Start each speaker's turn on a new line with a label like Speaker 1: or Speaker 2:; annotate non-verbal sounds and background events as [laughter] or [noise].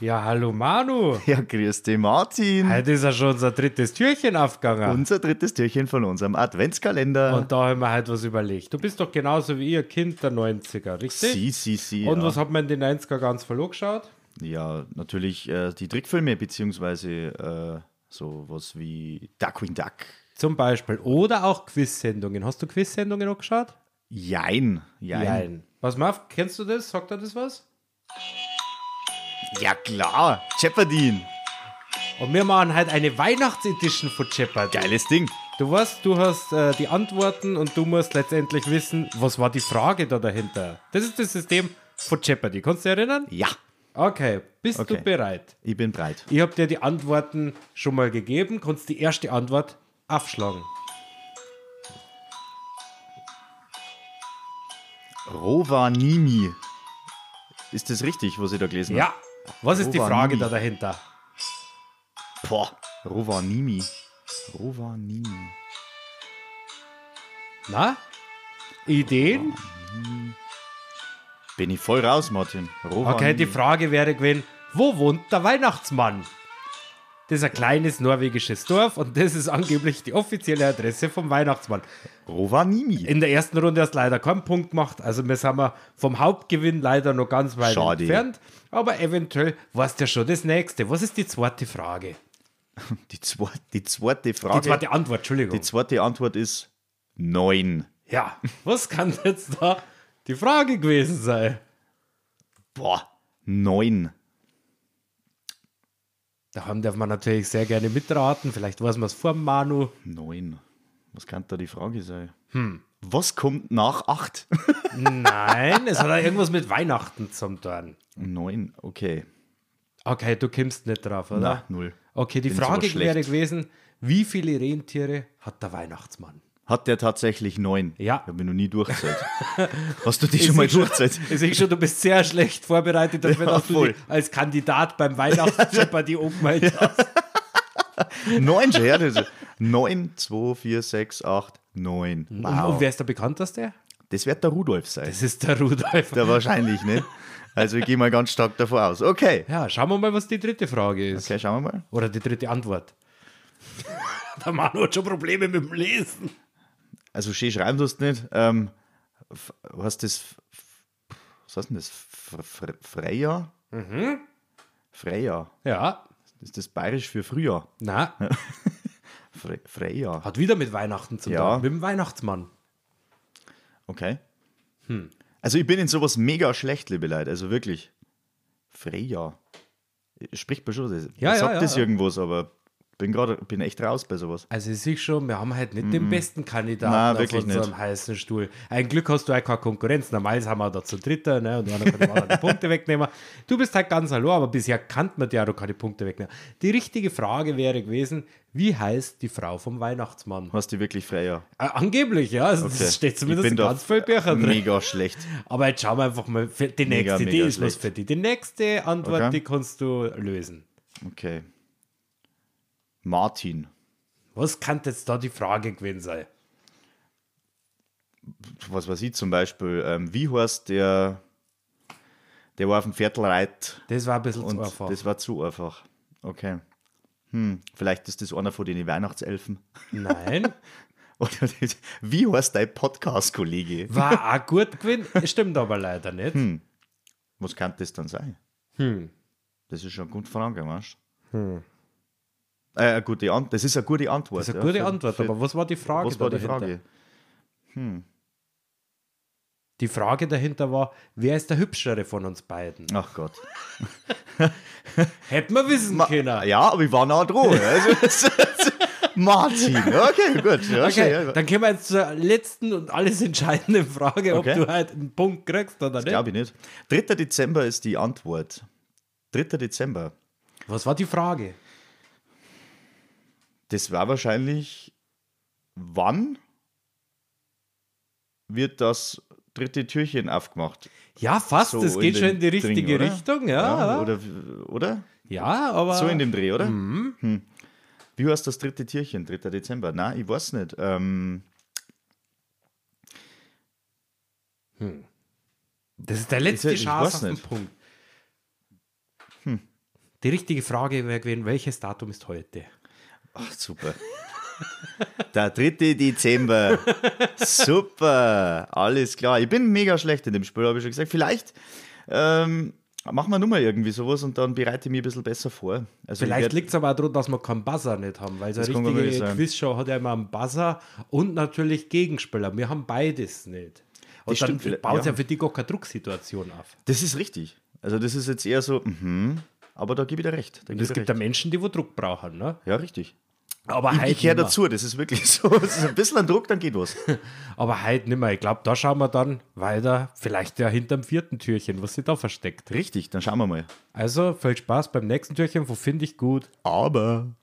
Speaker 1: Ja, hallo Manu.
Speaker 2: Ja, grüß dich, Martin.
Speaker 1: Heute ist ja schon unser drittes Türchen aufgegangen.
Speaker 2: Unser drittes Türchen von unserem Adventskalender.
Speaker 1: Und da haben wir halt was überlegt. Du bist doch genauso wie ihr Kind der 90er, richtig?
Speaker 2: Sie, sie, sie.
Speaker 1: Und
Speaker 2: ja.
Speaker 1: was hat man in den 90er ganz verloren geschaut?
Speaker 2: ja, natürlich äh, die Trickfilme, beziehungsweise äh, sowas wie Darkwing Duck.
Speaker 1: Zum Beispiel. Oder auch Quiz-Sendungen. Hast du Quiz-Sendungen auch geschaut?
Speaker 2: Jein, jein.
Speaker 1: Was macht? Kennst du das? Sagt dir das was?
Speaker 2: Ja, klar. Jeopardy.
Speaker 1: Und wir machen halt eine Weihnachtsedition von Jeopardy.
Speaker 2: Geiles Ding.
Speaker 1: Du weißt, du hast äh, die Antworten und du musst letztendlich wissen, was war die Frage da dahinter. Das ist das System von Jeopardy. Kannst du dich erinnern?
Speaker 2: Ja,
Speaker 1: Okay, bist
Speaker 2: Okay.
Speaker 1: du bereit?
Speaker 2: ich bin bereit.
Speaker 1: Ich habe dir die Antworten schon mal gegeben. Kannst die erste Antwort aufschlagen.
Speaker 2: Rovanimi. Ist das richtig, was ich da gelesen
Speaker 1: Ja. Was ist die
Speaker 2: Rowanimi.
Speaker 1: Frage da dahinter?
Speaker 2: habe? Boah. Rovanimi. Rovanimi.
Speaker 1: Na? Ideen?
Speaker 2: Bin ich voll raus, Martin. Rovanimi.
Speaker 1: Okay, die Frage wäre gewesen, wo wohnt der Weihnachtsmann? Das ist ein kleines norwegisches Dorf und das ist angeblich die offizielle Adresse vom Weihnachtsmann.
Speaker 2: Rovanimi.
Speaker 1: In der ersten Runde hast du leider keinen Punkt gemacht. Also wir sind wir vom Hauptgewinn leider noch ganz weit
Speaker 2: Schade.
Speaker 1: entfernt. Aber eventuell warst ja schon das nächste. Was ist die zweite Frage?
Speaker 2: Die zweite, die zweite Frage.
Speaker 1: Die zweite Antwort, Entschuldigung.
Speaker 2: Die zweite Antwort ist neun.
Speaker 1: ja, was kann jetzt da die Frage gewesen sein?
Speaker 2: Boah, neun.
Speaker 1: Da haben darf man natürlich sehr gerne mitraten. Vielleicht weiß man es vor dem Manu.
Speaker 2: Neun. Was kann da die Frage sein? Was kommt nach acht?
Speaker 1: Nein, es hat ja irgendwas mit Weihnachten zum Tun.
Speaker 2: [laughs] neun, okay.
Speaker 1: Okay, du kommst nicht drauf, oder?
Speaker 2: Na, null.
Speaker 1: Okay, die
Speaker 2: Bin sowas
Speaker 1: Frage
Speaker 2: schlecht.
Speaker 1: wäre gewesen, wie viele Rentiere hat der
Speaker 2: [laughs]
Speaker 1: Weihnachtsmann?
Speaker 2: Hat der tatsächlich neun?
Speaker 1: Ja.
Speaker 2: Ich habe mich noch nie [laughs] durchgezählt. Hast du die schon
Speaker 1: eh
Speaker 2: mal durchgezählt?
Speaker 1: Ich sehe schon, du bist sehr schlecht vorbereitet dafür,
Speaker 2: [laughs] Ja,
Speaker 1: dass du
Speaker 2: voll.
Speaker 1: dich als Kandidat beim Weihnachts-Jeopardy
Speaker 2: [laughs]
Speaker 1: umgemeldet hast.
Speaker 2: neun schon, ja. das ist- Neun, zwei, vier, sechs, acht, neun.
Speaker 1: Und, und
Speaker 2: Wow.
Speaker 1: wer ist der bekannteste?
Speaker 2: Das [laughs] wird der Rudolf sein.
Speaker 1: Das ist der Rudolf.
Speaker 2: Der wahrscheinlich, ne? Also ich gehe mal ganz stark davon aus. Okay.
Speaker 1: ja, schauen wir mal, was die dritte Frage ist.
Speaker 2: Okay, schauen wir mal.
Speaker 1: Oder die dritte Antwort. [laughs] der Manu hat schon Probleme mit dem Lesen.
Speaker 2: also schön schreiben du es nicht. Ähm, f- was das? f- f- Was heißt denn das? F- f- Freier? Mhm. Freier.
Speaker 1: Ja,
Speaker 2: Ist das bayerisch für früher?
Speaker 1: na,
Speaker 2: Fre Freier.
Speaker 1: hat wieder mit Weihnachten zu tun.
Speaker 2: Ja.
Speaker 1: Mit dem Weihnachtsmann.
Speaker 2: Okay.
Speaker 1: Hm.
Speaker 2: Also ich bin in sowas mega schlecht, liebe Leute. Also wirklich. Freier. Spricht man schon. Das,
Speaker 1: Ja, ja,
Speaker 2: sagt
Speaker 1: ja,
Speaker 2: das
Speaker 1: ja.
Speaker 2: irgendwas, aber bin gerade bin echt raus bei sowas.
Speaker 1: Also ich sehe schon, wir haben halt nicht den besten Kandidaten
Speaker 2: Mhm. Na,
Speaker 1: auf
Speaker 2: wirklich
Speaker 1: unserem
Speaker 2: nicht.
Speaker 1: heißen Stuhl. Ein Glück hast du auch keine Konkurrenz. Normalerweise haben wir da zu dritter ne? und einer kann dem anderen die Punkte wegnehmen. Du bist halt ganz hallo, aber bisher kannte man dir auch noch keine Punkte wegnehmen. Die richtige Frage wäre gewesen, wie heißt die Frau vom Weihnachtsmann?
Speaker 2: Hast du wirklich Freier?
Speaker 1: Äh, angeblich, ja. Also Das steht zumindest
Speaker 2: ich bin
Speaker 1: in
Speaker 2: da
Speaker 1: ganz viel Büchern drin.
Speaker 2: Mega schlecht.
Speaker 1: Aber jetzt schauen wir einfach mal, für die
Speaker 2: Mega,
Speaker 1: nächste, die
Speaker 2: mega
Speaker 1: ist was
Speaker 2: schlecht.
Speaker 1: für die. Die nächste Antwort,
Speaker 2: Okay.
Speaker 1: die kannst du lösen.
Speaker 2: Okay. Martin.
Speaker 1: Was kann jetzt da die Frage gewesen sein?
Speaker 2: was weiß ich zum Beispiel, ähm, wie heißt der, der war auf dem Viertel reit
Speaker 1: Das war ein bisschen
Speaker 2: und
Speaker 1: zu einfach.
Speaker 2: das war zu einfach. Okay. Hm, vielleicht ist das einer von den Weihnachtselfen.
Speaker 1: [laughs]
Speaker 2: [laughs]
Speaker 1: Nein.
Speaker 2: Oder das- wie heißt dein Podcast-Kollege?
Speaker 1: War auch gut gewesen, stimmt aber leider nicht.
Speaker 2: Hm. Was kann das dann sein?
Speaker 1: Hm.
Speaker 2: Das ist schon eine gute Frage, weißt du? Äh, eine gute Ant das ist eine gute Antwort.
Speaker 1: Das ist eine
Speaker 2: ja,
Speaker 1: gute
Speaker 2: für-
Speaker 1: Antwort,
Speaker 2: für-
Speaker 1: aber was war die Frage
Speaker 2: was war
Speaker 1: da
Speaker 2: die
Speaker 1: dahinter?
Speaker 2: Frage?
Speaker 1: Die Frage dahinter war, wer ist der Hübschere von uns beiden?
Speaker 2: Ach Gott.
Speaker 1: Hätten wir wissen
Speaker 2: Ma-
Speaker 1: können.
Speaker 2: Ja, aber ich war nah dran.
Speaker 1: [laughs]
Speaker 2: Also, [laughs] Martin, okay, gut. Ja, schön, ja,
Speaker 1: Okay, dann kommen wir jetzt zur letzten und alles entscheidenden Frage,
Speaker 2: Okay.
Speaker 1: ob du halt einen Punkt kriegst oder nicht.
Speaker 2: Glaube ich nicht. 3. Dezember ist die Antwort. 3. Dezember.
Speaker 1: Was war die Frage?
Speaker 2: Das war wahrscheinlich, wann wird das dritte Türchen aufgemacht?
Speaker 1: Ja, fast,
Speaker 2: So
Speaker 1: das geht
Speaker 2: den
Speaker 1: schon in die
Speaker 2: Dring,
Speaker 1: richtige
Speaker 2: oder?
Speaker 1: Richtung, ja. Ja,
Speaker 2: Oder, oder?
Speaker 1: aber
Speaker 2: So in dem Dreh, oder?
Speaker 1: Mhm.
Speaker 2: Hm. Wie heißt das dritte Türchen? 3. Dezember? Na, ich weiß nicht. Ähm,
Speaker 1: das ist der letzte
Speaker 2: Ich- ich
Speaker 1: Chance
Speaker 2: weiß Hm.
Speaker 1: auf den
Speaker 2: nicht.
Speaker 1: Punkt. Die richtige Frage wäre gewesen, welches Datum ist heute?
Speaker 2: Ach, super. Der 3. Dezember. Super. Alles klar. Ich bin mega schlecht in dem Spiel, habe ich schon gesagt. Vielleicht ähm, machen wir nur mal irgendwie sowas und dann bereite ich mich ein bisschen besser vor. Also
Speaker 1: Vielleicht
Speaker 2: ich werd-
Speaker 1: liegt es aber auch daran, dass wir keinen Buzzer nicht haben, weil so
Speaker 2: Das
Speaker 1: eine
Speaker 2: kann wirklich
Speaker 1: richtige
Speaker 2: sein.
Speaker 1: Quizshow hat ja immer einen Buzzer und natürlich Gegenspieler. Wir haben beides nicht. Und
Speaker 2: Das
Speaker 1: dann
Speaker 2: stimmt,
Speaker 1: baut es ja.
Speaker 2: ja.
Speaker 1: für die gar keine Drucksituation auf.
Speaker 2: das ist richtig. Also, das ist jetzt eher so, mhm, aber da gebe ich dir recht. Da
Speaker 1: Und
Speaker 2: gebe
Speaker 1: es
Speaker 2: ich
Speaker 1: gibt
Speaker 2: dir
Speaker 1: ja Menschen, die wo Druck brauchen. Ne?
Speaker 2: recht. ja, richtig.
Speaker 1: Aber
Speaker 2: Ich,
Speaker 1: heute
Speaker 2: ich gehöre
Speaker 1: nimmer.
Speaker 2: dazu, das ist wirklich so. Es ist ein bisschen ein Druck, dann geht was.
Speaker 1: Aber halt nimmer. Ich glaube, da schauen wir dann weiter. Vielleicht ja hinterm vierten Türchen, was sie da versteckt.
Speaker 2: Richtig, dann schauen wir mal.
Speaker 1: Also, viel Spaß beim nächsten Türchen. Wo finde ich gut?
Speaker 2: Aber.